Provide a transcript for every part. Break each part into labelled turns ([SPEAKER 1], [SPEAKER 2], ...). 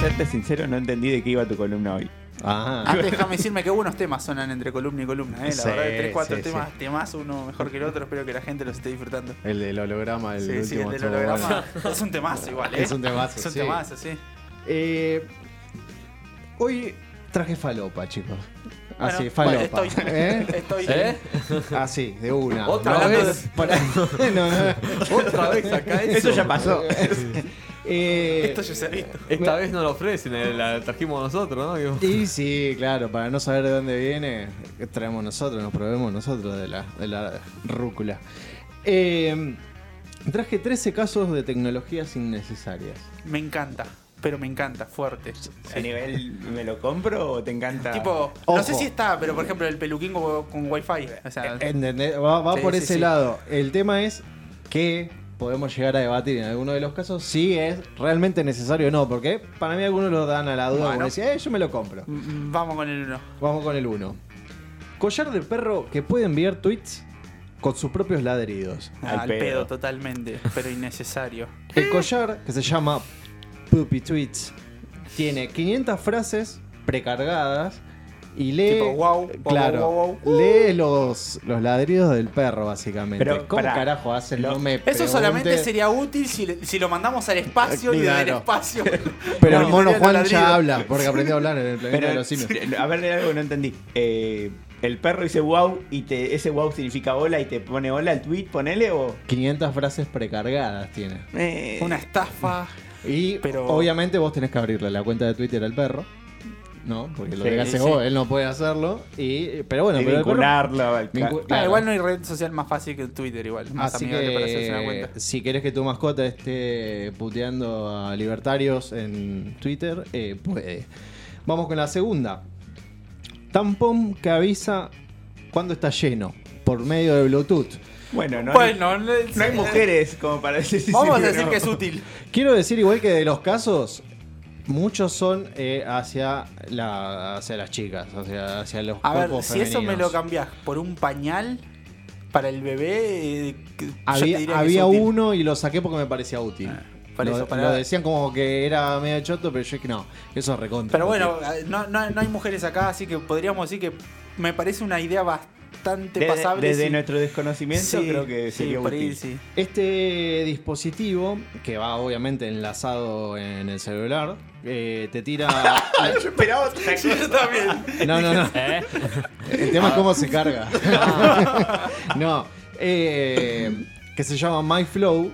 [SPEAKER 1] serte sincero, no entendí de qué iba tu columna hoy.
[SPEAKER 2] Ah,
[SPEAKER 3] Antes déjame decirme qué buenos temas sonan entre columna y columna, ¿eh? La
[SPEAKER 2] Sí,
[SPEAKER 3] verdad, tres, cuatro
[SPEAKER 2] sí,
[SPEAKER 3] temas,
[SPEAKER 2] sí.
[SPEAKER 3] temas, uno mejor que el otro. Espero que la gente los esté disfrutando.
[SPEAKER 2] el del holograma, el
[SPEAKER 3] sí, sí, el
[SPEAKER 2] último.
[SPEAKER 3] del
[SPEAKER 2] estuvo bueno.
[SPEAKER 3] holograma. Es un temazo igual, ¿eh?
[SPEAKER 2] Es un temazo,
[SPEAKER 3] Es un
[SPEAKER 2] sí.
[SPEAKER 3] temazo, sí.
[SPEAKER 2] Eh, hoy traje falopa, chicos. Así,
[SPEAKER 3] Bueno,
[SPEAKER 2] falopa.
[SPEAKER 3] estoy-
[SPEAKER 2] ¿eh?
[SPEAKER 3] Estoy.
[SPEAKER 4] ¿Eh?
[SPEAKER 2] Así, de una.
[SPEAKER 4] Otra
[SPEAKER 2] ¿No
[SPEAKER 4] vez.
[SPEAKER 2] ves? Para- No, no.
[SPEAKER 4] Otra vez acá eso.
[SPEAKER 1] Eso ya pasó.
[SPEAKER 2] Eh,
[SPEAKER 3] Esto ya se ha visto.
[SPEAKER 4] Esta vez no la ofrecen, eh, la trajimos nosotros, ¿no? Digo,
[SPEAKER 2] Y sí, claro, para no saber de dónde viene, traemos nosotros, nos probemos nosotros de la, de la rúcula. Eh, traje 13 casos de tecnologías innecesarias.
[SPEAKER 3] Me encanta, pero me encanta, fuerte.
[SPEAKER 1] A
[SPEAKER 3] Eh,
[SPEAKER 1] nivel, ¿me lo compro o te encanta?
[SPEAKER 3] Tipo,
[SPEAKER 2] Ojo. Eh,
[SPEAKER 3] no sé si está, pero por ejemplo, el peluquín con, con wifi. O sea,
[SPEAKER 2] ¿Entendés? Va, va
[SPEAKER 3] Sí,
[SPEAKER 2] por
[SPEAKER 3] sí,
[SPEAKER 2] ese
[SPEAKER 3] sí.
[SPEAKER 2] lado. El tema es que podemos llegar a debatir en alguno de los casos si es realmente necesario o no, porque para mí algunos lo dan a la duda,
[SPEAKER 3] Bueno.
[SPEAKER 2] como decía, "Eh, yo me lo compro.
[SPEAKER 3] mm, vamos con el uno.
[SPEAKER 2] Vamos con el 1. Collar de perro que puede enviar tweets con sus propios ladridos.
[SPEAKER 1] Al
[SPEAKER 3] Al,
[SPEAKER 1] pedo.
[SPEAKER 3] pedo. totalmente, pero innecesario.
[SPEAKER 2] El collar, que se llama Poopy Tweets, tiene 500 frases precargadas y lee.
[SPEAKER 3] Tipo, guau, guau,
[SPEAKER 2] claro,
[SPEAKER 3] guau,
[SPEAKER 2] lee los, los ladridos del perro, básicamente.
[SPEAKER 1] Pero,
[SPEAKER 2] ¿Cómo
[SPEAKER 1] pará,
[SPEAKER 2] carajo hacen?
[SPEAKER 1] lo-
[SPEAKER 2] No me
[SPEAKER 3] Eso solamente
[SPEAKER 2] preguntes.
[SPEAKER 3] sería útil si, le- si lo mandamos al espacio y desde el
[SPEAKER 2] Claro.
[SPEAKER 3] espacio.
[SPEAKER 2] Pero el
[SPEAKER 3] No,
[SPEAKER 2] mono
[SPEAKER 3] sería
[SPEAKER 2] Juan
[SPEAKER 3] ladrido.
[SPEAKER 2] ya habla, porque aprendió a hablar en el planeta
[SPEAKER 1] Pero,
[SPEAKER 2] de los simios.
[SPEAKER 1] a ver, algo que no entendí. Eh, el perro dice wow y te, ese wow significa hola y te pone hola el tweet, ponele o.
[SPEAKER 2] 500 frases precargadas tiene.
[SPEAKER 1] Eh,
[SPEAKER 3] Una estafa.
[SPEAKER 2] Y
[SPEAKER 3] Pero-
[SPEAKER 2] obviamente vos tenés que abrirle la cuenta de Twitter al perro. ¿No? Porque lo
[SPEAKER 1] Sí,
[SPEAKER 2] que hace
[SPEAKER 3] sí.
[SPEAKER 2] vos, él no puede hacerlo. Y, pero bueno,
[SPEAKER 1] y
[SPEAKER 2] pero el perro-
[SPEAKER 1] vincularlo al ca-
[SPEAKER 2] Vincu-
[SPEAKER 3] Ah,
[SPEAKER 2] claro.
[SPEAKER 3] igual no hay red social más fácil que el Twitter, igual. Más
[SPEAKER 2] Así
[SPEAKER 3] amigable para hacerse una
[SPEAKER 2] que
[SPEAKER 3] cuenta.
[SPEAKER 2] si querés que tu mascota esté puteando a libertarios en Twitter, eh, puede. Vamos con la segunda. Tampón que avisa cuando está lleno por medio de Bluetooth.
[SPEAKER 1] Bueno, no,
[SPEAKER 3] Bueno, eh,
[SPEAKER 1] hay, no hay mujeres como para decir si
[SPEAKER 3] Vamos a
[SPEAKER 1] sí o
[SPEAKER 3] decir
[SPEAKER 1] no.
[SPEAKER 3] que es útil.
[SPEAKER 2] Quiero decir igual que de los casos, muchos son eh, hacia, la, hacia las chicas, hacia, hacia los
[SPEAKER 3] A ver,
[SPEAKER 2] cuerpos
[SPEAKER 3] si eso me lo
[SPEAKER 2] femeninos.
[SPEAKER 3] cambias por un pañal para el bebé, eh, que- yo te diría
[SPEAKER 2] Había,
[SPEAKER 3] que es
[SPEAKER 2] había
[SPEAKER 3] útil.
[SPEAKER 2] uno y lo saqué porque me parecía útil.
[SPEAKER 3] Ah, para
[SPEAKER 2] lo,
[SPEAKER 3] eso, para-
[SPEAKER 2] lo decían como que era medio choto, pero yo que no, eso es recontra.
[SPEAKER 3] Pero bueno, eh, no, no- no hay mujeres acá, así que podríamos decir que me parece una idea bastante
[SPEAKER 1] Desde,
[SPEAKER 3] pasable.
[SPEAKER 1] desde
[SPEAKER 3] sí.
[SPEAKER 1] nuestro desconocimiento
[SPEAKER 3] Sí,
[SPEAKER 1] creo que
[SPEAKER 3] sí,
[SPEAKER 1] sería
[SPEAKER 3] por ahí
[SPEAKER 1] útil.
[SPEAKER 3] sí.
[SPEAKER 2] Este dispositivo, que va obviamente enlazado en el celular, eh, te tira.
[SPEAKER 1] Yo esperaba otra cosa.
[SPEAKER 2] no, no, no.
[SPEAKER 4] ¿eh?
[SPEAKER 2] El tema es cómo se carga. no. eh, que se llama MyFlow.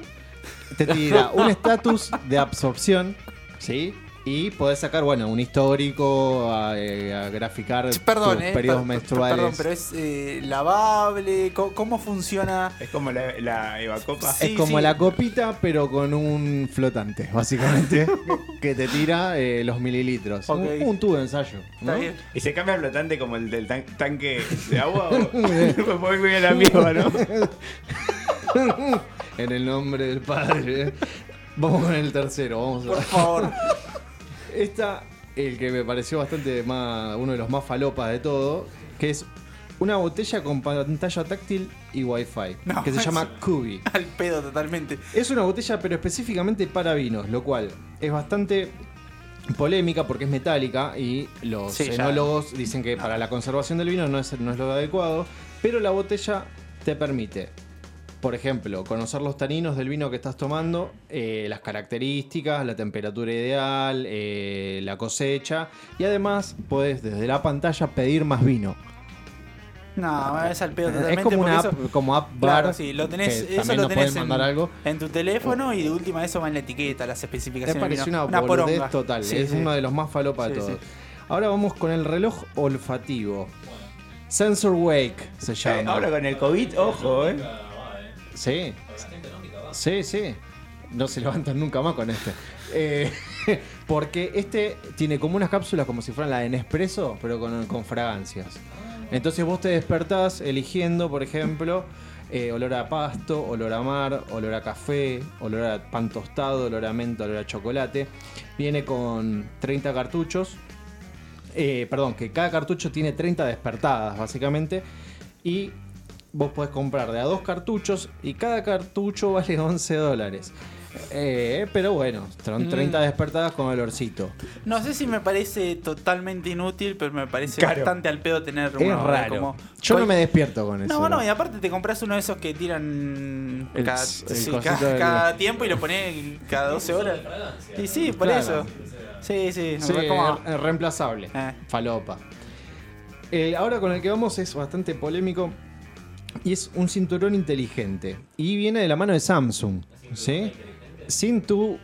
[SPEAKER 2] Te tira un estatus de absorción, ¿sí? Y podés sacar, bueno, un histórico, a, eh, a graficar
[SPEAKER 3] Ch- Perdón,
[SPEAKER 2] tus
[SPEAKER 3] eh,
[SPEAKER 2] periodos
[SPEAKER 3] per- per-
[SPEAKER 2] menstruales.
[SPEAKER 3] Perdón, pero es eh, lavable. co- ¿Cómo funciona?
[SPEAKER 1] Es como la, la evacopa.
[SPEAKER 2] Es
[SPEAKER 3] sí,
[SPEAKER 2] como
[SPEAKER 3] sí.
[SPEAKER 2] la copita, pero con un flotante, básicamente, que te tira eh, los mililitros.
[SPEAKER 3] Ok.
[SPEAKER 2] Un, un tubo de ensayo.
[SPEAKER 3] ¿Está
[SPEAKER 2] ¿no?
[SPEAKER 3] bien?
[SPEAKER 1] ¿Y se cambia el flotante como el del tan- tanque de agua o me voy muy a la mierda, no?
[SPEAKER 2] En el nombre del padre. Vamos con el tercero, vamos a
[SPEAKER 3] Por favor.
[SPEAKER 2] Esta, el que me pareció bastante más, uno de los más falopas de todo, que es una botella con pantalla táctil y wifi,
[SPEAKER 3] No,
[SPEAKER 2] que se
[SPEAKER 3] eso-
[SPEAKER 2] llama Kubi.
[SPEAKER 3] Al pedo totalmente.
[SPEAKER 2] Es una botella pero específicamente para vinos, lo cual es bastante polémica porque es metálica y los
[SPEAKER 3] Sí, ya.
[SPEAKER 2] enólogos dicen que para la conservación del vino no es, no es lo adecuado, pero la botella te permite, por ejemplo, conocer los taninos del vino que estás tomando, eh, las características, la temperatura ideal, eh, la cosecha y además podés desde la pantalla pedir más vino.
[SPEAKER 3] No, es al pedo totalmente.
[SPEAKER 2] Es como una
[SPEAKER 3] porque
[SPEAKER 2] app,
[SPEAKER 3] eso-
[SPEAKER 2] como app
[SPEAKER 3] Claro,
[SPEAKER 2] bar,
[SPEAKER 3] sí, lo tenés,
[SPEAKER 2] que
[SPEAKER 3] eso
[SPEAKER 2] también
[SPEAKER 3] lo
[SPEAKER 2] nos
[SPEAKER 3] tenés
[SPEAKER 2] pueden
[SPEAKER 3] en,
[SPEAKER 2] mandar algo.
[SPEAKER 3] en tu teléfono y de última eso va en la etiqueta, las
[SPEAKER 2] Me
[SPEAKER 3] especificaciones.
[SPEAKER 2] pareció
[SPEAKER 3] vino.
[SPEAKER 2] una, boludez
[SPEAKER 3] poronga.
[SPEAKER 2] total.
[SPEAKER 3] Sí,
[SPEAKER 2] es
[SPEAKER 3] sí.
[SPEAKER 2] uno de los más falopa de
[SPEAKER 3] Sí,
[SPEAKER 2] todos.
[SPEAKER 3] sí.
[SPEAKER 2] Ahora vamos con el reloj olfativo. Sensor Wake se
[SPEAKER 1] Eh,
[SPEAKER 2] llama.
[SPEAKER 1] ahora con el COVID, ojo, ¿eh?
[SPEAKER 2] Sí. Sí, sí. No se levantan nunca más con este. Eh, porque este tiene como unas cápsulas como si fueran la de Nespresso, pero con, con fragancias. Entonces vos te despertás eligiendo, por ejemplo, eh, olor a pasto, olor a mar, olor a café, olor a pan tostado, olor a menta, olor a chocolate. Viene con 30 cartuchos. Eh, perdón, que cada cartucho tiene 30 despertadas, básicamente. Y vos podés comprar de a dos cartuchos y cada cartucho vale 11 dólares. Eh, pero bueno,
[SPEAKER 1] Mm.
[SPEAKER 2] son 30 despertadas con olorcito.
[SPEAKER 3] No sé si me parece totalmente inútil, pero me parece
[SPEAKER 1] Claro.
[SPEAKER 3] bastante al pedo tener
[SPEAKER 2] Es
[SPEAKER 3] una hora
[SPEAKER 2] raro.
[SPEAKER 3] como-
[SPEAKER 2] Yo no
[SPEAKER 3] Cual-
[SPEAKER 2] me despierto con eso.
[SPEAKER 3] No, no, y aparte te compras uno de esos que tiran
[SPEAKER 2] El-
[SPEAKER 3] cada,
[SPEAKER 2] el
[SPEAKER 3] sí,
[SPEAKER 2] cosito
[SPEAKER 3] cada-
[SPEAKER 2] del-
[SPEAKER 3] cada tiempo y lo pones cada 12 horas. Sí, sí, por
[SPEAKER 2] Claro.
[SPEAKER 3] eso. Sí, sí,
[SPEAKER 2] Sí,
[SPEAKER 3] es como-
[SPEAKER 2] es reemplazable.
[SPEAKER 3] Eh.
[SPEAKER 2] Falopa. El ahora con el que vamos es bastante polémico y es un cinturón inteligente. Y viene de la mano de Samsung. ¿Sí? Sin tu.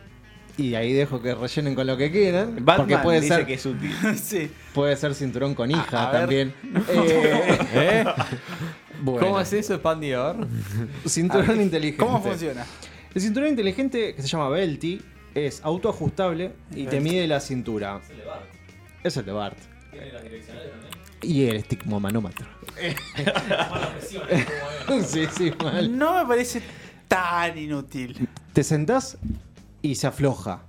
[SPEAKER 2] Y ahí dejo que rellenen con lo que quieran.
[SPEAKER 1] Batman
[SPEAKER 2] porque puede
[SPEAKER 1] dice
[SPEAKER 2] ser,
[SPEAKER 1] que es útil.
[SPEAKER 3] sí.
[SPEAKER 2] puede ser cinturón con hija
[SPEAKER 3] a ver.
[SPEAKER 2] también. Eh,
[SPEAKER 4] ¿Eh?
[SPEAKER 2] bueno, Ah,
[SPEAKER 4] ¿Cómo es eso, Pandi? A ver.
[SPEAKER 2] Cinturón inteligente.
[SPEAKER 3] ¿Cómo funciona?
[SPEAKER 2] El cinturón inteligente que se llama Belty es autoajustable y te mide la cintura. Es el de Bart. Y el estigmomanómetro. sí, sí, mal.
[SPEAKER 3] No me parece tan inútil.
[SPEAKER 2] Te sentás y se afloja.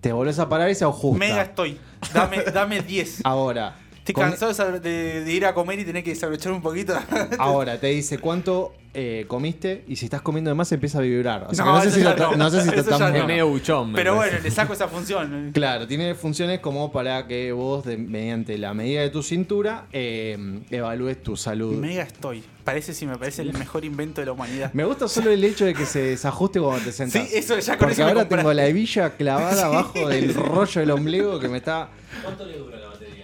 [SPEAKER 2] Te volvés a parar y se ajusta.
[SPEAKER 3] Mega estoy. Dame, dame 10.
[SPEAKER 2] Ahora. Ah,
[SPEAKER 3] Estoy
[SPEAKER 2] con-
[SPEAKER 3] cansado de sal- de, de ir a comer y tener que desabrochar un poquito.
[SPEAKER 2] Ahora te dice cuánto eh, comiste y si estás comiendo de más empieza a vibrar. O sea, que
[SPEAKER 3] No,
[SPEAKER 2] no, sé
[SPEAKER 3] eso
[SPEAKER 2] si
[SPEAKER 3] ya
[SPEAKER 2] lo ta-
[SPEAKER 3] no.
[SPEAKER 2] no sé si lo
[SPEAKER 3] Eso ya
[SPEAKER 2] estás
[SPEAKER 3] no.
[SPEAKER 4] Es
[SPEAKER 2] mirando.
[SPEAKER 4] medio buchón. me
[SPEAKER 3] Pero
[SPEAKER 4] parece.
[SPEAKER 3] bueno, le saco esa función.
[SPEAKER 2] Claro, tiene funciones como para que vos, de- mediante la medida de tu cintura, eh, evalúes tu salud.
[SPEAKER 3] Mega estoy. Parece si me parece el mejor invento de la humanidad.
[SPEAKER 2] Me gusta solo el hecho de que se desajuste cuando te
[SPEAKER 3] Sí,
[SPEAKER 2] sentás.
[SPEAKER 3] eso ya con
[SPEAKER 2] Porque
[SPEAKER 3] eso me
[SPEAKER 2] ahora
[SPEAKER 3] compraste.
[SPEAKER 2] tengo la hebilla clavada abajo del rollo del ombligo que me está... ¿Cuánto le dura la batería?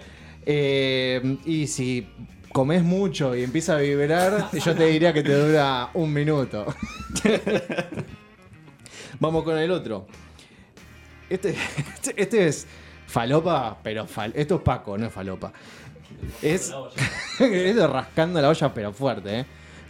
[SPEAKER 2] y si comes mucho y empieza a vibrar, yo te diría que te dura un minuto. Vamos con el otro. Este, este, este es falopa, pero fal- esto es Paco, no es falopa. Es, es de rascando la olla, pero fuerte, ¿eh?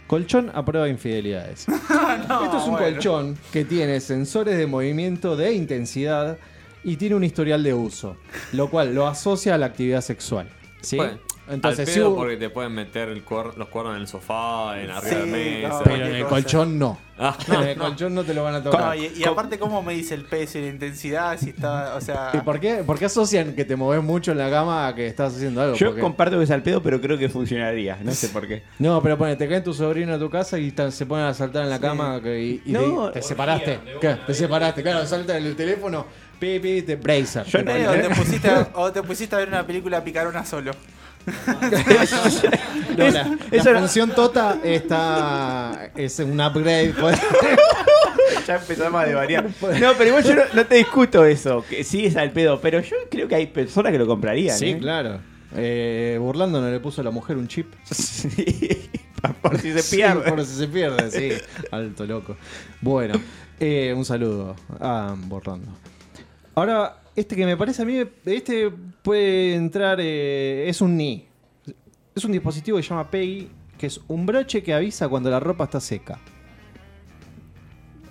[SPEAKER 2] Colchón a prueba de infidelidades. Esto es un
[SPEAKER 3] bueno.
[SPEAKER 2] colchón que tiene sensores de movimiento de intensidad y tiene un historial de uso, lo cual lo asocia a la actividad sexual. ¿Sí?
[SPEAKER 4] Bueno,
[SPEAKER 2] Entonces,
[SPEAKER 4] al
[SPEAKER 2] sí
[SPEAKER 4] pedo
[SPEAKER 2] hubo-
[SPEAKER 4] porque te pueden meter el cuer- los cuernos en el sofá, en arriba de
[SPEAKER 3] Sí,
[SPEAKER 4] la mesa.
[SPEAKER 3] no.
[SPEAKER 2] pero en
[SPEAKER 3] cualquier
[SPEAKER 2] el
[SPEAKER 3] cosa.
[SPEAKER 2] colchón no.
[SPEAKER 4] Ah,
[SPEAKER 2] en el colchón no te lo van a
[SPEAKER 3] No,
[SPEAKER 2] tocar.
[SPEAKER 3] y, y aparte, ¿cómo me dice el peso y la intensidad? Si está, o sea. ¿eh?
[SPEAKER 2] ¿Y por qué, por qué asocian que te mueves mucho en la cama a que estás haciendo algo?
[SPEAKER 1] Yo
[SPEAKER 2] Porque-
[SPEAKER 1] comparto que es al pedo, pero creo que funcionaría. No sé por qué.
[SPEAKER 2] No, pero pone, te cae tu sobrino a tu casa y tan- se ponen a saltar en la cama que- y, y
[SPEAKER 1] No.
[SPEAKER 2] te, te separaste. ¿Qué? Te separaste, claro, salta el teléfono, pi, pi, te bracer.
[SPEAKER 1] Yo
[SPEAKER 2] Te
[SPEAKER 1] no-
[SPEAKER 2] pone-
[SPEAKER 3] Eh, o, te pusiste a, o te pusiste a ver una película picarona solo.
[SPEAKER 2] No,
[SPEAKER 1] Es-
[SPEAKER 2] la,
[SPEAKER 1] eso
[SPEAKER 2] la
[SPEAKER 1] era-
[SPEAKER 2] función Tota está. es un upgrade. pues.
[SPEAKER 1] Ya empezamos a devariar. No, pero igual yo no, no te discuto eso. Que sí es al pedo, pero yo creo que hay personas que lo comprarían.
[SPEAKER 2] sí,
[SPEAKER 1] ¿eh?
[SPEAKER 2] claro. Eh, burlando no le puso a la mujer un chip.
[SPEAKER 1] Sí. Por si se
[SPEAKER 2] Sí,
[SPEAKER 1] pierde.
[SPEAKER 2] por si se pierde, sí. Alto loco. Bueno, eh, un saludo a Borrando. Ahora, este que me parece a mí, este puede entrar, eh, es un ni. Es un dispositivo que se llama PEI, que es un broche que avisa cuando la ropa está seca.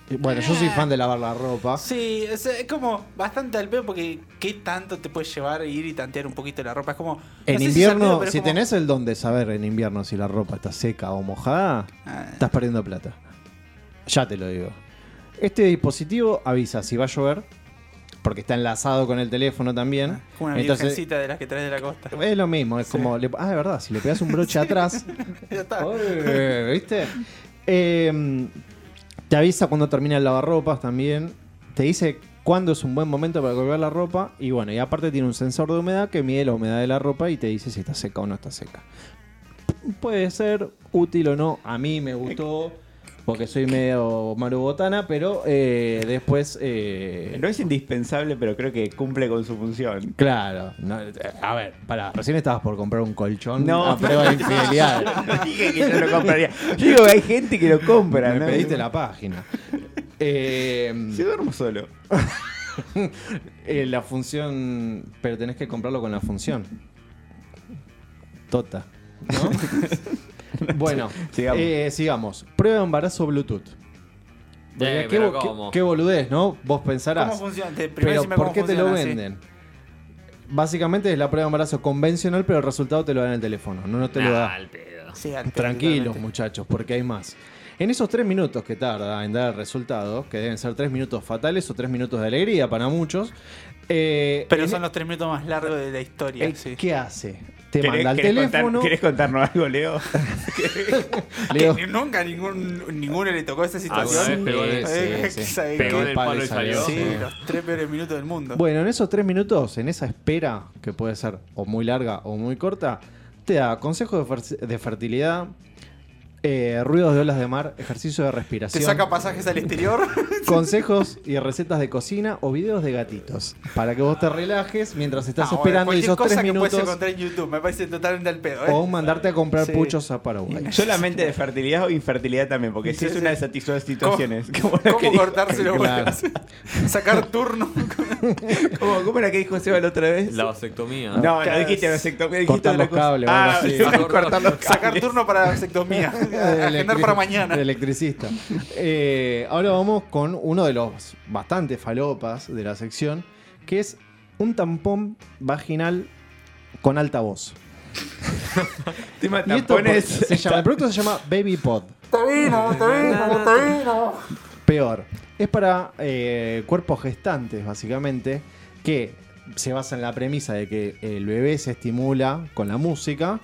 [SPEAKER 2] Y Bueno, yo soy fan de lavar la ropa.
[SPEAKER 3] Sí, es, es como bastante al pedo porque ¿qué tanto te puedes llevar e ir y tantear un poquito la ropa? Es como. no
[SPEAKER 2] En
[SPEAKER 3] sé si es al
[SPEAKER 2] invierno,
[SPEAKER 3] pedo, pero
[SPEAKER 2] si,
[SPEAKER 3] es como-
[SPEAKER 2] tenés el don de saber en invierno si la ropa está seca o mojada,
[SPEAKER 3] Ah.
[SPEAKER 2] estás perdiendo plata. Ya te lo digo. Este dispositivo avisa si va a llover, porque está enlazado con el teléfono también.
[SPEAKER 3] Ah, Como una
[SPEAKER 2] Entonces,
[SPEAKER 3] virgencita de las que traes de la costa.
[SPEAKER 2] es lo mismo, es como, le- ah, es verdad, si le pegas un broche atrás,
[SPEAKER 3] Ya está.
[SPEAKER 2] Oye, ¿Viste? Eh, te avisa cuando termina el lavarropas también. Te dice cuándo es un buen momento para colgar la ropa. Y bueno, y aparte tiene un sensor de humedad que mide la humedad de la ropa y te dice si está seca o no está seca. P- Puede ser útil o no. A mí me gustó porque soy medio marubotana, pero eh, después... eh,
[SPEAKER 1] No es indispensable, pero creo que cumple con su función.
[SPEAKER 2] Claro, no, eh, a ver, pará, recién estabas por comprar un colchón
[SPEAKER 1] No.
[SPEAKER 2] a prueba de infidelidad.
[SPEAKER 1] No dije que yo lo compraría. Yo digo que hay gente que lo compra.
[SPEAKER 2] Me
[SPEAKER 1] ¿no?
[SPEAKER 2] pediste la página. Eh,
[SPEAKER 1] Yo duermo solo.
[SPEAKER 2] eh, la función. Pero tenés que comprarlo con la función. Tota. ¿No? bueno,
[SPEAKER 1] Sigamos.
[SPEAKER 2] eh, sigamos. Prueba de embarazo Bluetooth. Porque
[SPEAKER 4] Eh,
[SPEAKER 2] qué,
[SPEAKER 4] pero
[SPEAKER 2] bo- qué-
[SPEAKER 4] ¿cómo?
[SPEAKER 2] qué boludez, ¿no? Vos
[SPEAKER 3] ¿Cómo
[SPEAKER 2] pensarás.
[SPEAKER 3] funciona? Te- primero
[SPEAKER 2] Pero
[SPEAKER 3] decime
[SPEAKER 2] ¿por
[SPEAKER 3] cómo
[SPEAKER 2] qué te lo
[SPEAKER 3] funciona, sí.
[SPEAKER 2] venden? Básicamente es la prueba de embarazo convencional, pero el resultado te lo da en el teléfono. No, no te lo da.
[SPEAKER 4] Nah, al pedo.
[SPEAKER 3] Sí, al pedo,
[SPEAKER 2] Tranquilos,
[SPEAKER 3] totalmente.
[SPEAKER 2] muchachos, porque hay más. En esos tres minutos que tarda en dar el resultado, que deben ser tres minutos fatales o tres minutos de alegría para muchos, eh,
[SPEAKER 3] Pero
[SPEAKER 2] en-
[SPEAKER 3] son los tres minutos más largos de la historia.
[SPEAKER 2] eh,
[SPEAKER 3] sí.
[SPEAKER 2] ¿qué hace? te
[SPEAKER 1] ¿Querés-
[SPEAKER 2] manda al
[SPEAKER 1] querés contar-
[SPEAKER 2] teléfono.
[SPEAKER 1] ¿Querés contarnos algo, Leo?
[SPEAKER 2] le digo,
[SPEAKER 3] Que nunca ningún, ninguno le tocó esa
[SPEAKER 4] Alguna vez
[SPEAKER 3] situación.
[SPEAKER 4] pegó en
[SPEAKER 2] Ah, Sí,
[SPEAKER 4] el-
[SPEAKER 2] sí, sí.
[SPEAKER 3] Sabe
[SPEAKER 4] pegó
[SPEAKER 3] que-
[SPEAKER 4] en el palo y salió.
[SPEAKER 2] Palo y
[SPEAKER 3] Sí,
[SPEAKER 2] salió, sí.
[SPEAKER 3] los tres peores minutos del mundo.
[SPEAKER 2] Bueno, en esos tres minutos, en esa espera, que puede ser o muy larga o muy corta, te da consejos de, fer- de fertilidad, eh, ruidos de olas de mar, ejercicio de
[SPEAKER 3] Te
[SPEAKER 2] respiración,
[SPEAKER 3] saca pasajes al exterior. Ah,
[SPEAKER 2] consejos y recetas de cocina o videos de gatitos. Para que vos te relajes mientras estás
[SPEAKER 3] Ah, bueno,
[SPEAKER 2] esperando
[SPEAKER 3] cualquier
[SPEAKER 2] esos
[SPEAKER 3] cosa
[SPEAKER 2] tres
[SPEAKER 3] que puedes
[SPEAKER 2] minutos
[SPEAKER 3] encontrar en YouTube. Me parece totalmente al pedo. ¿eh?
[SPEAKER 2] o mandarte a comprar
[SPEAKER 3] Sí.
[SPEAKER 2] puchos a Paraguay.
[SPEAKER 1] ¿Solamente de fertilidad o infertilidad también? Porque sí es una de esas tis- esas situaciones. Como la que
[SPEAKER 3] ¿Cómo
[SPEAKER 1] dijo-
[SPEAKER 3] cortarse los
[SPEAKER 2] Claro.
[SPEAKER 3] huevos? Sacar turno.
[SPEAKER 1] ¿Cómo, cómo era que dijo Seba la otra vez?
[SPEAKER 4] La vasectomía.
[SPEAKER 1] No, no
[SPEAKER 3] Claro.
[SPEAKER 1] dijiste vasectomía, dijiste
[SPEAKER 2] Cortar
[SPEAKER 1] otra
[SPEAKER 2] los
[SPEAKER 1] cosa.
[SPEAKER 2] cables o algo
[SPEAKER 1] Ah,
[SPEAKER 2] así.
[SPEAKER 1] sí, cortar los
[SPEAKER 3] Sacar
[SPEAKER 1] cables.
[SPEAKER 3] turno para la vasectomía. Agendar
[SPEAKER 2] Electri-
[SPEAKER 3] para mañana.
[SPEAKER 2] del electricista. Eh, ahora vamos con uno de los bastante falopas de la sección, que es un tampón vaginal con altavoz.
[SPEAKER 1] Encima
[SPEAKER 2] Y esto
[SPEAKER 1] tampones.
[SPEAKER 2] por- se llama- el producto se llama Baby Pod.
[SPEAKER 3] Te vino, te vino, te vino.
[SPEAKER 2] Peor. Es para eh, cuerpos gestantes, básicamente, que se basa en la premisa de que el bebé se estimula con la música.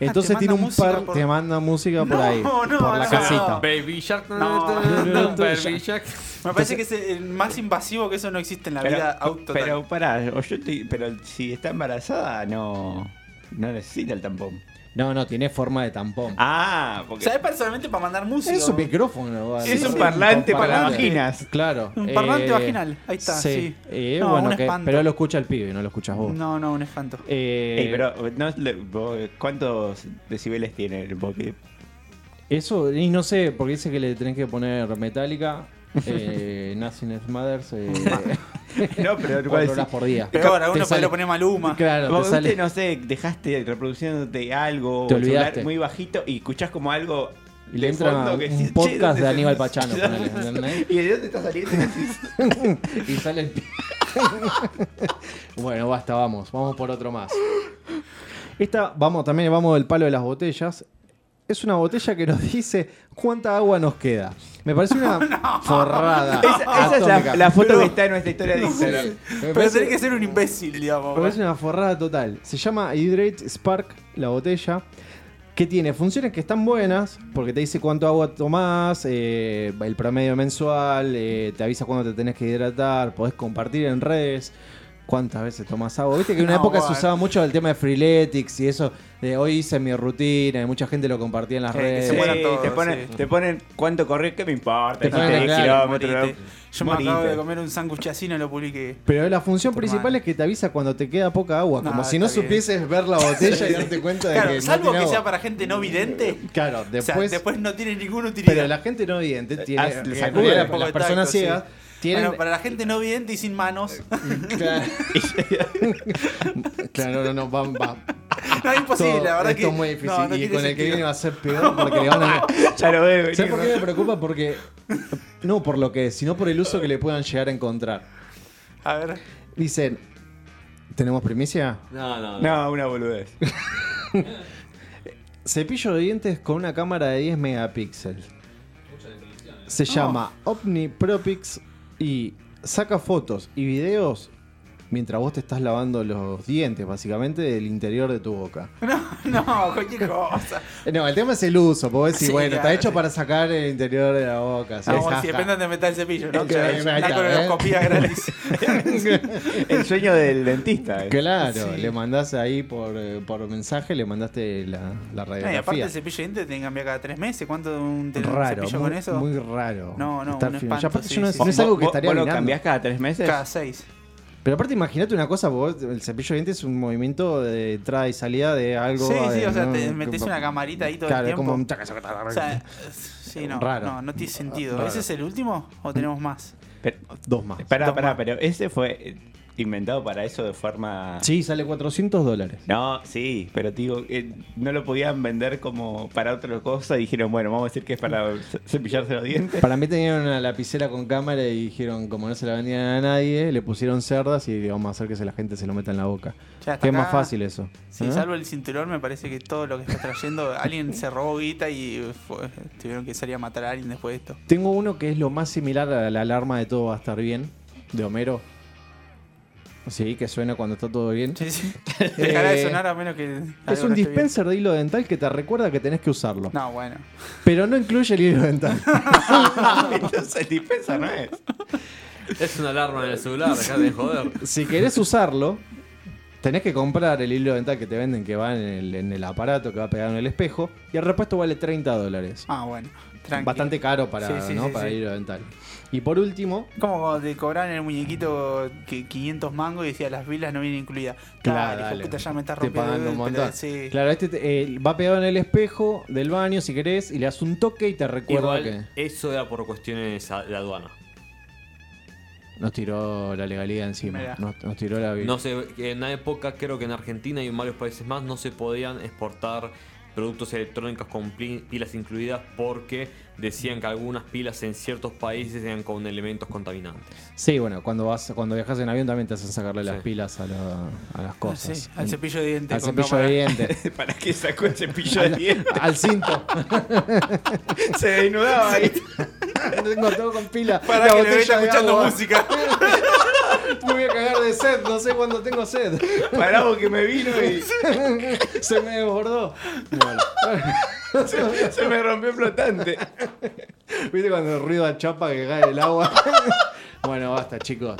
[SPEAKER 2] Entonces
[SPEAKER 3] Ah, manda
[SPEAKER 2] tiene un
[SPEAKER 3] música
[SPEAKER 2] par,
[SPEAKER 3] por-
[SPEAKER 2] te manda música por
[SPEAKER 3] No,
[SPEAKER 2] ahí,
[SPEAKER 3] no,
[SPEAKER 2] por la
[SPEAKER 3] no.
[SPEAKER 2] casita.
[SPEAKER 4] Baby Shark.
[SPEAKER 3] No.
[SPEAKER 4] Baby Shark.
[SPEAKER 3] Me parece que es el más invasivo que eso no existe en la vida auto.
[SPEAKER 1] pero pará, o yo estoy- pero si está embarazada, no, no necesita el tampón.
[SPEAKER 2] No, no, tiene forma de tampón.
[SPEAKER 1] Ah, porque
[SPEAKER 3] ¿Sabes personalmente para mandar música?
[SPEAKER 2] Es un micrófono. vale.
[SPEAKER 1] es un parlante
[SPEAKER 2] Un
[SPEAKER 1] para
[SPEAKER 2] parlante.
[SPEAKER 1] vaginas.
[SPEAKER 2] Claro.
[SPEAKER 3] Un parlante vaginal, ahí está, sí.
[SPEAKER 2] Eh,
[SPEAKER 3] No,
[SPEAKER 2] bueno,
[SPEAKER 3] un
[SPEAKER 2] que-
[SPEAKER 3] espanto.
[SPEAKER 2] pero lo escucha el pibe, no lo escuchas vos.
[SPEAKER 3] No, no, un espanto.
[SPEAKER 2] Eh,
[SPEAKER 1] Ey, pero no, le- vos- ¿cuántos decibeles tiene? el Porque
[SPEAKER 2] Eso, y no sé, porque dice que le tenés que poner metálica, eh, Nothing Mothers, eh,
[SPEAKER 1] no, pero
[SPEAKER 2] cuatro
[SPEAKER 1] igual
[SPEAKER 2] horas
[SPEAKER 1] sí.
[SPEAKER 2] por día.
[SPEAKER 3] Peor, a
[SPEAKER 2] Te
[SPEAKER 3] uno
[SPEAKER 2] sale-
[SPEAKER 3] podría poner Maluma.
[SPEAKER 2] Claro,
[SPEAKER 1] Vos,
[SPEAKER 2] te
[SPEAKER 1] viste,
[SPEAKER 2] sale.
[SPEAKER 1] no sé, dejaste reproduciéndote algo
[SPEAKER 2] Te
[SPEAKER 1] o el celular
[SPEAKER 2] olvidaste.
[SPEAKER 1] muy bajito y escuchás como algo
[SPEAKER 2] y le
[SPEAKER 1] de
[SPEAKER 2] entra
[SPEAKER 1] fondo
[SPEAKER 2] un
[SPEAKER 1] que decís, "Che,
[SPEAKER 2] podcast
[SPEAKER 1] ¿dónde
[SPEAKER 2] de
[SPEAKER 1] se-
[SPEAKER 2] Aníbal Pachano, ponele, ¿entendés?
[SPEAKER 1] ¿Y de dónde está saliendo? Decís,
[SPEAKER 2] Y sale el pi- bueno, basta, vamos. Vamos por otro más. Esta, vamos, también vamos del palo de las botellas. Es una botella que nos dice cuánta agua nos queda. Me parece una forrada.
[SPEAKER 1] Esa, esa es la,
[SPEAKER 2] Ah, atómica.
[SPEAKER 1] la foto
[SPEAKER 3] Pero-
[SPEAKER 1] que está en nuestra historia de Instagram.
[SPEAKER 2] Me
[SPEAKER 3] Pero
[SPEAKER 2] parece-
[SPEAKER 3] tenés que ser un imbécil, digamos.
[SPEAKER 2] me parece una forrada total. Se llama Hydrate Spark, la botella, que tiene funciones que están buenas, porque te dice cuánto agua tomás, eh, el promedio mensual, eh, te avisa cuándo te tenés que hidratar, podés compartir en redes. ¿Cuántas veces tomás agua? Viste que en una
[SPEAKER 3] No,
[SPEAKER 2] época se
[SPEAKER 3] bueno.
[SPEAKER 2] usaba mucho el tema de Freeletics y eso. De hoy hice mi rutina y mucha gente lo compartía en las
[SPEAKER 3] Eh, que
[SPEAKER 2] redes.
[SPEAKER 3] se mueran
[SPEAKER 1] Sí,
[SPEAKER 3] todos,
[SPEAKER 1] te, ponen,
[SPEAKER 3] sí.
[SPEAKER 1] te ponen cuánto correr, ¿qué me importa?
[SPEAKER 2] Te
[SPEAKER 1] Si
[SPEAKER 2] ponen,
[SPEAKER 1] tenés
[SPEAKER 2] claro,
[SPEAKER 1] kilómetros,
[SPEAKER 3] morite. Yo me
[SPEAKER 1] morite.
[SPEAKER 3] acabo de comer un sándwich así y no lo publiqué.
[SPEAKER 2] Pero la función
[SPEAKER 3] Por
[SPEAKER 2] principal
[SPEAKER 3] mal.
[SPEAKER 2] es que te avisa cuando te queda poca agua,
[SPEAKER 3] No,
[SPEAKER 2] como si no
[SPEAKER 3] está bien.
[SPEAKER 2] supieses ver la botella y darte cuenta de
[SPEAKER 3] Claro,
[SPEAKER 2] que
[SPEAKER 3] salvo
[SPEAKER 2] no tiene
[SPEAKER 3] que
[SPEAKER 2] agua.
[SPEAKER 3] sea para gente no vidente.
[SPEAKER 2] Claro,
[SPEAKER 3] o sea,
[SPEAKER 2] después,
[SPEAKER 3] después no tiene ninguna utilidad.
[SPEAKER 2] Pero la gente no vidente tiene.
[SPEAKER 1] Ah, le sacude.
[SPEAKER 2] eh, en realidad,
[SPEAKER 1] Un poco
[SPEAKER 2] las
[SPEAKER 3] de
[SPEAKER 2] personas
[SPEAKER 3] tacto,
[SPEAKER 2] ciegas tienen.
[SPEAKER 3] Bueno, para la gente no vidente y sin
[SPEAKER 2] Eh,
[SPEAKER 3] manos.
[SPEAKER 2] Claro. claro, no, no, van, va.
[SPEAKER 3] no es imposible,
[SPEAKER 2] Todo-
[SPEAKER 3] Pues la verdad
[SPEAKER 2] esto
[SPEAKER 3] que.
[SPEAKER 2] es muy difícil.
[SPEAKER 3] no, no
[SPEAKER 2] y
[SPEAKER 3] tiene
[SPEAKER 2] con el que
[SPEAKER 3] sentido.
[SPEAKER 2] viene va a ser peor porque le van a.
[SPEAKER 1] Ya lo veo.
[SPEAKER 2] ¿Sabes por qué me preocupa? Porque. No por lo que es, sino por el uso que le puedan llegar a encontrar.
[SPEAKER 3] A ver.
[SPEAKER 2] Dicen. ¿Tenemos primicia?
[SPEAKER 4] No, no, no.
[SPEAKER 1] No, una boludez.
[SPEAKER 2] Cepillo de dientes con una cámara de 10 megapíxeles.
[SPEAKER 3] ¿eh?
[SPEAKER 2] Se llama OmniPropix y saca fotos y videos mientras vos te estás lavando los dientes, básicamente, del interior de tu boca.
[SPEAKER 3] No, cualquier cosa.
[SPEAKER 2] Eh, No, el tema es el uso, porque decís,
[SPEAKER 3] Sí,
[SPEAKER 2] bueno, está
[SPEAKER 3] claro,
[SPEAKER 2] hecho
[SPEAKER 3] sí.
[SPEAKER 2] para sacar el interior de la boca. sí,
[SPEAKER 3] Ah, bueno,
[SPEAKER 2] jaja.
[SPEAKER 3] si depende de metal cepillo, ¿no?
[SPEAKER 2] Eh, claro, ahí
[SPEAKER 3] Una
[SPEAKER 2] está,
[SPEAKER 3] colonoscopía gratis.
[SPEAKER 1] El sueño del dentista. eh.
[SPEAKER 2] Claro,
[SPEAKER 3] Sí.
[SPEAKER 2] le mandás ahí por, eh, por mensaje, le mandaste la, la
[SPEAKER 3] No, y aparte
[SPEAKER 2] radiografía.
[SPEAKER 3] el cepillo de dientes tiene que cambiar cada tres meses. ¿Cuánto un, tener un
[SPEAKER 2] raro,
[SPEAKER 3] cepillo
[SPEAKER 2] muy,
[SPEAKER 3] con eso?
[SPEAKER 2] muy raro.
[SPEAKER 3] No, no,
[SPEAKER 2] Estar
[SPEAKER 3] un
[SPEAKER 2] firme. Y
[SPEAKER 3] espanto,
[SPEAKER 2] aparte yo
[SPEAKER 3] sí,
[SPEAKER 2] no,
[SPEAKER 3] sí,
[SPEAKER 2] no
[SPEAKER 1] Vos-
[SPEAKER 2] es algo que
[SPEAKER 1] vos-
[SPEAKER 2] estaría
[SPEAKER 1] ¿Vos lo
[SPEAKER 2] orinando.
[SPEAKER 1] cambiás cada tres meses?
[SPEAKER 3] Cada seis.
[SPEAKER 2] Pero aparte, imagínate una cosa, vos, el cepillo de dientes es un movimiento de entrada y salida de algo.
[SPEAKER 3] Sí, sí,
[SPEAKER 2] de-
[SPEAKER 3] o sea, te
[SPEAKER 2] ¿no?
[SPEAKER 3] metes
[SPEAKER 2] Como-
[SPEAKER 3] una camarita ahí todo el
[SPEAKER 2] Claro,
[SPEAKER 3] tiempo.
[SPEAKER 2] como un taca, taca, taca,
[SPEAKER 3] O sea, sí, no,
[SPEAKER 2] Raro.
[SPEAKER 3] no, no tiene sentido.
[SPEAKER 2] Raro.
[SPEAKER 3] ¿Ese es el último o tenemos más?
[SPEAKER 1] Pero-
[SPEAKER 2] dos más.
[SPEAKER 1] pará, pará, pero ese fue eh, inventado para eso de forma.
[SPEAKER 2] Sí, sale 400 dólares.
[SPEAKER 1] No, sí, pero te digo, eh, no lo podían vender como para otra cosa y dijeron, bueno, vamos a decir que es para ce- cepillarse los dientes.
[SPEAKER 2] Para mí tenían una lapicera con cámara y dijeron, como no se la vendían a nadie, le pusieron cerdas y vamos a hacer que se- la gente se lo meta en la boca.
[SPEAKER 3] Ya, hasta
[SPEAKER 2] Qué más
[SPEAKER 3] acá.
[SPEAKER 2] fácil eso.
[SPEAKER 3] Sí,
[SPEAKER 2] ¿eh?
[SPEAKER 3] salvo el cinturón, me parece que todo lo que está trayendo, alguien se robó guita y fue- tuvieron que salir a matar a alguien después de esto.
[SPEAKER 2] Tengo uno que es lo más similar a la alarma de todo va a estar bien, de Homero. Sí, que suena cuando está todo bien.
[SPEAKER 3] Sí, sí. Dejará de sonar a menos que.
[SPEAKER 2] Eh, Es
[SPEAKER 3] algo
[SPEAKER 2] un
[SPEAKER 3] no esté bien.
[SPEAKER 2] dispenser de hilo dental que te recuerda que tenés que usarlo.
[SPEAKER 3] No, bueno.
[SPEAKER 2] Pero no incluye el hilo dental.
[SPEAKER 1] Entonces dispensa no es.
[SPEAKER 4] Es una alarma en el celular, dejá de joder.
[SPEAKER 2] si querés usarlo, tenés que comprar el hilo dental que te venden que va en el, en el aparato que va pegado en el espejo. Y el repuesto vale 30 dólares.
[SPEAKER 3] Ah, bueno. Tranqui.
[SPEAKER 2] Bastante caro para,
[SPEAKER 3] Sí, sí,
[SPEAKER 2] ¿no?
[SPEAKER 3] sí,
[SPEAKER 2] para
[SPEAKER 3] sí.
[SPEAKER 2] el hilo dental. Y por último,
[SPEAKER 3] Como cuando te cobraban el muñequito que 500 mangos y decía las vilas no vienen incluidas.
[SPEAKER 2] Claro,
[SPEAKER 3] Claro, hijo de
[SPEAKER 2] dale.
[SPEAKER 3] puta, ya me estás
[SPEAKER 2] te
[SPEAKER 3] rompiendo.
[SPEAKER 2] pagan un
[SPEAKER 3] el- pero
[SPEAKER 2] montón.
[SPEAKER 3] sí.
[SPEAKER 2] Claro, este te- eh, va pegado en el espejo del baño si querés y le das un toque y te recuerda
[SPEAKER 4] Igual, eso era por cuestiones a- de aduana.
[SPEAKER 2] que nos tiró la legalidad encima.
[SPEAKER 3] Mirá.
[SPEAKER 2] Nos, nos tiró la vida.
[SPEAKER 4] No sé, en una época creo que en Argentina y en varios países más no se podían exportar productos electrónicos con pli- pilas incluidas porque decían que algunas pilas en ciertos países eran con elementos contaminantes.
[SPEAKER 2] Sí, bueno, cuando vas, cuando viajas en avión también te hacen sacarle las
[SPEAKER 4] Sí.
[SPEAKER 2] pilas a, la- a las
[SPEAKER 3] Ah,
[SPEAKER 2] cosas.
[SPEAKER 3] sí, al cepillo de dientes.
[SPEAKER 2] Al
[SPEAKER 3] compramos
[SPEAKER 2] cepillo de
[SPEAKER 3] la-
[SPEAKER 2] dientes.
[SPEAKER 1] ¿Para qué sacó el cepillo de dientes?
[SPEAKER 2] al cinto.
[SPEAKER 1] Se desnudaba ahí.
[SPEAKER 2] Tengo todo con pila.
[SPEAKER 3] Para
[SPEAKER 2] La
[SPEAKER 3] que le
[SPEAKER 2] botella
[SPEAKER 3] vaya
[SPEAKER 2] de
[SPEAKER 3] escuchando
[SPEAKER 2] agua.
[SPEAKER 3] música.
[SPEAKER 2] Me voy a cagar de sed, no sé cuándo tengo sed.
[SPEAKER 1] Pará porque me vino y
[SPEAKER 2] Se me desbordó. Bueno.
[SPEAKER 1] se, se me rompió el flotante.
[SPEAKER 2] ¿Viste cuando el ruido achapa que cae el agua? bueno, basta, chicos.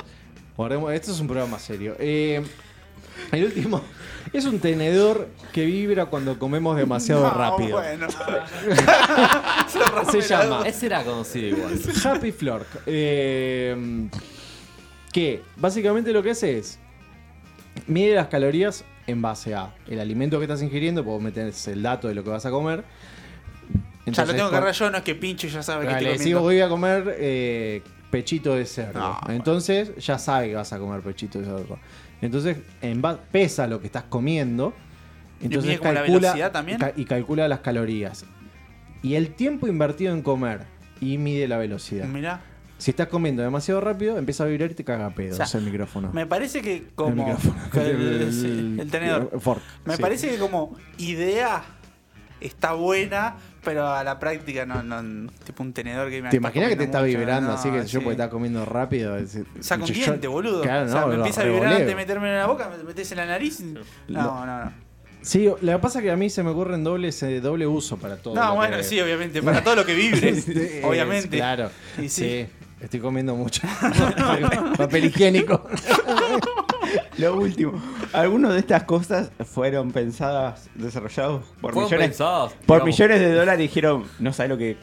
[SPEAKER 2] Guardemos- Esto es un programa serio. Eh, el último es un tenedor que vibra cuando comemos demasiado
[SPEAKER 3] No,
[SPEAKER 2] rápido.
[SPEAKER 3] Bueno.
[SPEAKER 2] Se llama
[SPEAKER 4] Ese era conocido igual.
[SPEAKER 2] Happy Flork. Eh, que básicamente lo que hace es mide las calorías en base a el alimento que estás ingiriendo, vos metes el dato de lo que vas a comer.
[SPEAKER 3] ya lo
[SPEAKER 2] Entonces,
[SPEAKER 3] tengo que
[SPEAKER 2] con-
[SPEAKER 3] agarrar yo, no es que pincho y ya sabe que
[SPEAKER 2] Dale,
[SPEAKER 3] estoy
[SPEAKER 2] si
[SPEAKER 3] comiendo.
[SPEAKER 2] voy a comer eh, pechito de cerdo.
[SPEAKER 3] No, bueno.
[SPEAKER 2] Entonces ya sabe que vas a comer pechito de cerdo. Entonces en ba- pesa lo que estás comiendo. Entonces
[SPEAKER 3] mide como la
[SPEAKER 2] calcula
[SPEAKER 3] velocidad también?
[SPEAKER 2] y ca- y calcula las calorías. Y el tiempo invertido en comer. Y mide la velocidad.
[SPEAKER 3] Mirá.
[SPEAKER 2] Si estás comiendo demasiado rápido, empieza a vibrar y te caga a pedos
[SPEAKER 3] O sea,
[SPEAKER 2] el micrófono.
[SPEAKER 3] Me parece que
[SPEAKER 2] el
[SPEAKER 3] como.
[SPEAKER 2] micrófono.
[SPEAKER 3] que el- sí, el tenedor.
[SPEAKER 2] fork,
[SPEAKER 3] Me
[SPEAKER 2] sí.
[SPEAKER 3] parece que como idea está buena, pero a la práctica no, no tipo un tenedor que me
[SPEAKER 2] ¿Te
[SPEAKER 3] está
[SPEAKER 2] imaginas que te
[SPEAKER 3] comiendo
[SPEAKER 2] está
[SPEAKER 3] mucho,
[SPEAKER 2] vibrando?
[SPEAKER 3] no,
[SPEAKER 2] así que
[SPEAKER 3] sí.
[SPEAKER 2] yo porque estás comiendo rápido. es-
[SPEAKER 3] Saca un
[SPEAKER 2] yo-
[SPEAKER 3] diente, boludo.
[SPEAKER 2] Claro,
[SPEAKER 3] o sea,
[SPEAKER 2] no,
[SPEAKER 3] me
[SPEAKER 2] lo
[SPEAKER 3] empieza a vibrar
[SPEAKER 2] revoleo.
[SPEAKER 3] antes de meterme en la boca, me metes en la nariz. y- No, no, no.
[SPEAKER 2] Sí, lo que pasa es que a mí se me ocurren dobles eh, doble uso para todo. lo
[SPEAKER 3] No,
[SPEAKER 2] que-
[SPEAKER 3] bueno, sí, obviamente. Para todo lo que vibre,
[SPEAKER 2] Este,
[SPEAKER 3] obviamente.
[SPEAKER 2] Claro.
[SPEAKER 3] Y
[SPEAKER 2] Sí.
[SPEAKER 3] sí.
[SPEAKER 2] Estoy comiendo mucho. Papel higiénico.
[SPEAKER 1] Lo último. ¿Algunas de estas cosas fueron pensadas, desarrolladas por
[SPEAKER 4] Fueron
[SPEAKER 1] millones?
[SPEAKER 4] pensadas,
[SPEAKER 1] por
[SPEAKER 4] digamos.
[SPEAKER 1] millones de dólares dijeron, no sabes lo que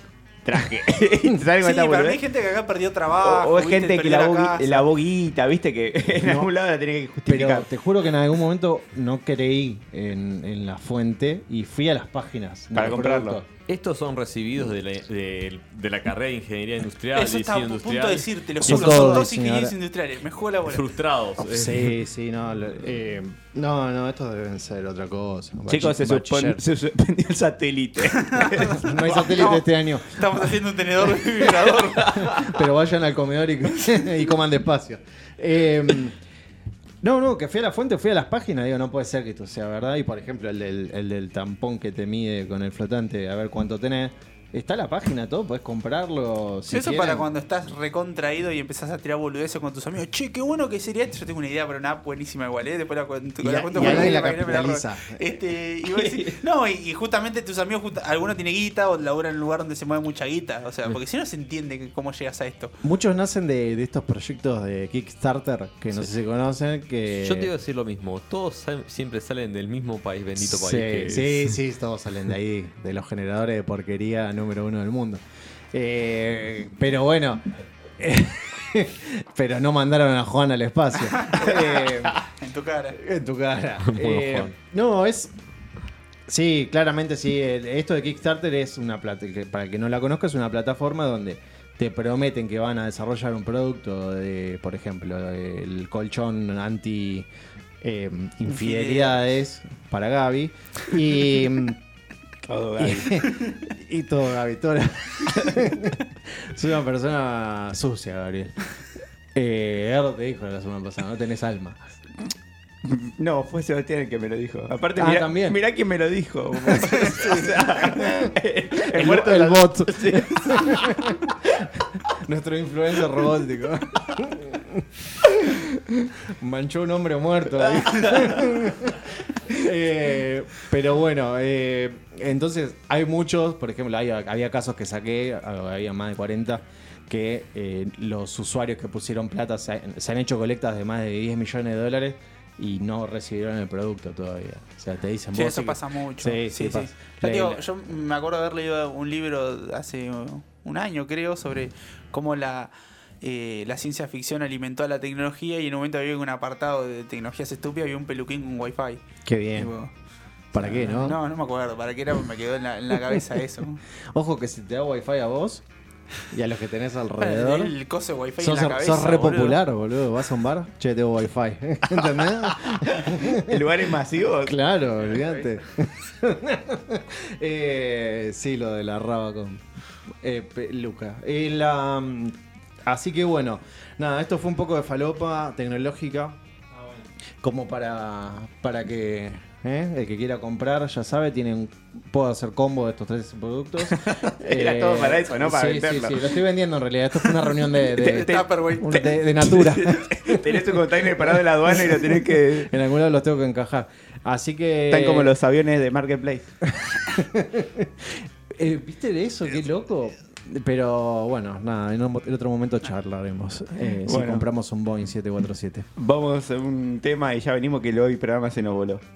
[SPEAKER 1] traje. ¿Sabes lo que
[SPEAKER 3] Sí,
[SPEAKER 1] está
[SPEAKER 3] para
[SPEAKER 1] volviendo?
[SPEAKER 3] mí hay gente que acá perdió
[SPEAKER 1] O,
[SPEAKER 3] trabajo.
[SPEAKER 1] o es
[SPEAKER 3] viste,
[SPEAKER 1] gente que
[SPEAKER 3] perdió
[SPEAKER 1] la,
[SPEAKER 3] la
[SPEAKER 1] bogui-
[SPEAKER 3] casa.
[SPEAKER 1] la boguita, viste, que en
[SPEAKER 2] No.
[SPEAKER 1] algún lado la tenía que
[SPEAKER 2] Pero
[SPEAKER 1] justificar.
[SPEAKER 2] te juro que en algún momento no creí en, en la fuente y fui a las páginas. de
[SPEAKER 1] Para
[SPEAKER 2] los
[SPEAKER 1] comprarlo.
[SPEAKER 2] productos.
[SPEAKER 4] Estos son recibidos de la, de- de la carrera de ingeniería industrial,
[SPEAKER 3] Eso estaba a
[SPEAKER 4] diseño
[SPEAKER 3] punto
[SPEAKER 4] industrial.
[SPEAKER 3] de decirte, lo
[SPEAKER 2] Son
[SPEAKER 3] juro. Son
[SPEAKER 2] todos
[SPEAKER 3] dos ingenieros
[SPEAKER 2] diseñadores.
[SPEAKER 3] industriales. Me juego la bola.
[SPEAKER 4] Frustrados. eh.
[SPEAKER 2] Sí, sí, no. lo- eh, no, no, estos deben ser otra cosa.
[SPEAKER 1] Chicos, se,
[SPEAKER 2] Bachiller-
[SPEAKER 1] supone-
[SPEAKER 2] bachiller.
[SPEAKER 1] se suspendió el satélite.
[SPEAKER 2] No hay satélite este año.
[SPEAKER 3] Estamos haciendo un tenedor de vibrador.
[SPEAKER 2] Pero vayan al comedor y, y coman despacio. Eh, no, no, que fui a la fuente, fui a las páginas, digo, no puede ser que esto sea verdad. Y por ejemplo, el del, el del tampón que te mide con el flotante, a ver cuánto tenés. Está la página, todo, podés comprarlo. Si
[SPEAKER 3] eso
[SPEAKER 2] quieren.
[SPEAKER 3] para cuando estás recontraído y empezás a tirar boludeces con tus amigos. Che, qué bueno que sería esto. Yo tengo una idea para una app buenísima igual, ¿eh? Después la cuento.
[SPEAKER 2] Y a-
[SPEAKER 3] cuento
[SPEAKER 2] y
[SPEAKER 3] con
[SPEAKER 2] alguien la
[SPEAKER 3] para que no me roben.
[SPEAKER 2] capitaliza.
[SPEAKER 3] Este, y vos decís, no, y, y justamente tus amigos, justa- alguno tiene guita o labura en un lugar donde se mueve mucha guita. O sea, porque si no se entiende que- cómo llegas a esto.
[SPEAKER 2] Muchos nacen de, de estos proyectos de Kickstarter que no sé si conocen. Que...
[SPEAKER 4] Yo te iba a decir lo mismo. Todos sa- siempre salen del mismo país, bendito país.
[SPEAKER 2] Sí,
[SPEAKER 4] que-
[SPEAKER 2] sí, sí, todos salen de ahí, de los generadores de porquería número uno del mundo. Eh, pero bueno, eh, pero no mandaron a Juan al espacio. Eh,
[SPEAKER 3] En tu cara.
[SPEAKER 2] en tu cara.
[SPEAKER 4] Bueno,
[SPEAKER 2] Eh,
[SPEAKER 4] Juan.
[SPEAKER 2] no, es. Sí, claramente sí. el- Esto de Kickstarter es una plata. que Para el que no la conozca, es una plataforma donde te prometen que van a desarrollar un producto de, por ejemplo, el colchón anti eh, infidelidades para Gaby. Y.
[SPEAKER 1] Todo Gaby.
[SPEAKER 2] y- y todo, Gaby. todo la- Soy una persona sucia, Gabriel. Eh, Erdo te dijo la semana pasada, no tenés alma.
[SPEAKER 1] No, fue Sebastián el que me lo dijo. Aparte,
[SPEAKER 2] Ah,
[SPEAKER 1] mirá,
[SPEAKER 2] también.
[SPEAKER 1] mirá quién me lo dijo. O sea, el,
[SPEAKER 2] El,
[SPEAKER 1] muerto de
[SPEAKER 2] el
[SPEAKER 1] la-
[SPEAKER 2] bot. Nuestro influencer robótico. Manchó un hombre muerto. ahí. Eh, pero bueno, eh, entonces hay muchos, por ejemplo, hay- había casos que saqué, había más de 40, que eh, los usuarios que pusieron plata se, han- se han hecho colectas de más de 10 millones de dólares y no recibieron el producto todavía. O sea, te dicen
[SPEAKER 3] Sí,
[SPEAKER 2] vos
[SPEAKER 3] eso
[SPEAKER 2] que-
[SPEAKER 3] pasa mucho.
[SPEAKER 2] Sí, sí, pasa.
[SPEAKER 3] Yo,
[SPEAKER 2] La-
[SPEAKER 3] digo,
[SPEAKER 2] la-
[SPEAKER 3] yo me acuerdo haber leído un libro hace un año, creo, sobre cómo la, eh, la ciencia ficción alimentó a la tecnología y en un momento había un apartado de tecnologías estúpidas y un peluquín con wifi.
[SPEAKER 2] Qué bien.
[SPEAKER 3] Tipo,
[SPEAKER 2] ¿Para qué, no?
[SPEAKER 3] No, no me acuerdo. ¿Para qué era? Me quedó en la, en la cabeza eso.
[SPEAKER 2] Ojo que si te da wifi a vos y a los que tenés alrededor.
[SPEAKER 3] El coso de wifi
[SPEAKER 2] Sos,
[SPEAKER 3] en la cabeza.
[SPEAKER 2] sos re
[SPEAKER 3] boludo.
[SPEAKER 2] popular, boludo. Vas a un bar, che, tengo wifi. ¿Entendés?
[SPEAKER 1] En lugares masivos.
[SPEAKER 2] Claro, olvídate. Eh, sí, lo de la raba con eh, pe- Luca. Eh, la, mm, así que bueno, nada, esto fue un poco de falopa tecnológica. Como para, para que ¿eh? el que quiera comprar, ya sabe, tienen, puedo hacer combo de estos tres productos.
[SPEAKER 1] Era todo para eso, ¿no? Para
[SPEAKER 2] sí,
[SPEAKER 1] venderlo.
[SPEAKER 2] Sí, sí, lo estoy vendiendo en realidad. Esto fue una reunión de, de,
[SPEAKER 3] De Tupperware.
[SPEAKER 2] un- de- de Natura.
[SPEAKER 1] Tenés tu container parado en la aduana y lo tenés que.
[SPEAKER 2] en algún lado los tengo que encajar. Así que.
[SPEAKER 1] Están como los aviones de Marketplace.
[SPEAKER 2] Eh, ¿Viste de eso? Qué loco. Pero bueno, nada, en, un- en otro momento charlaremos. eh, Si
[SPEAKER 1] Bueno.
[SPEAKER 2] compramos un Boeing 747.
[SPEAKER 1] Vamos a un tema y ya venimos que hoy programa se nos voló.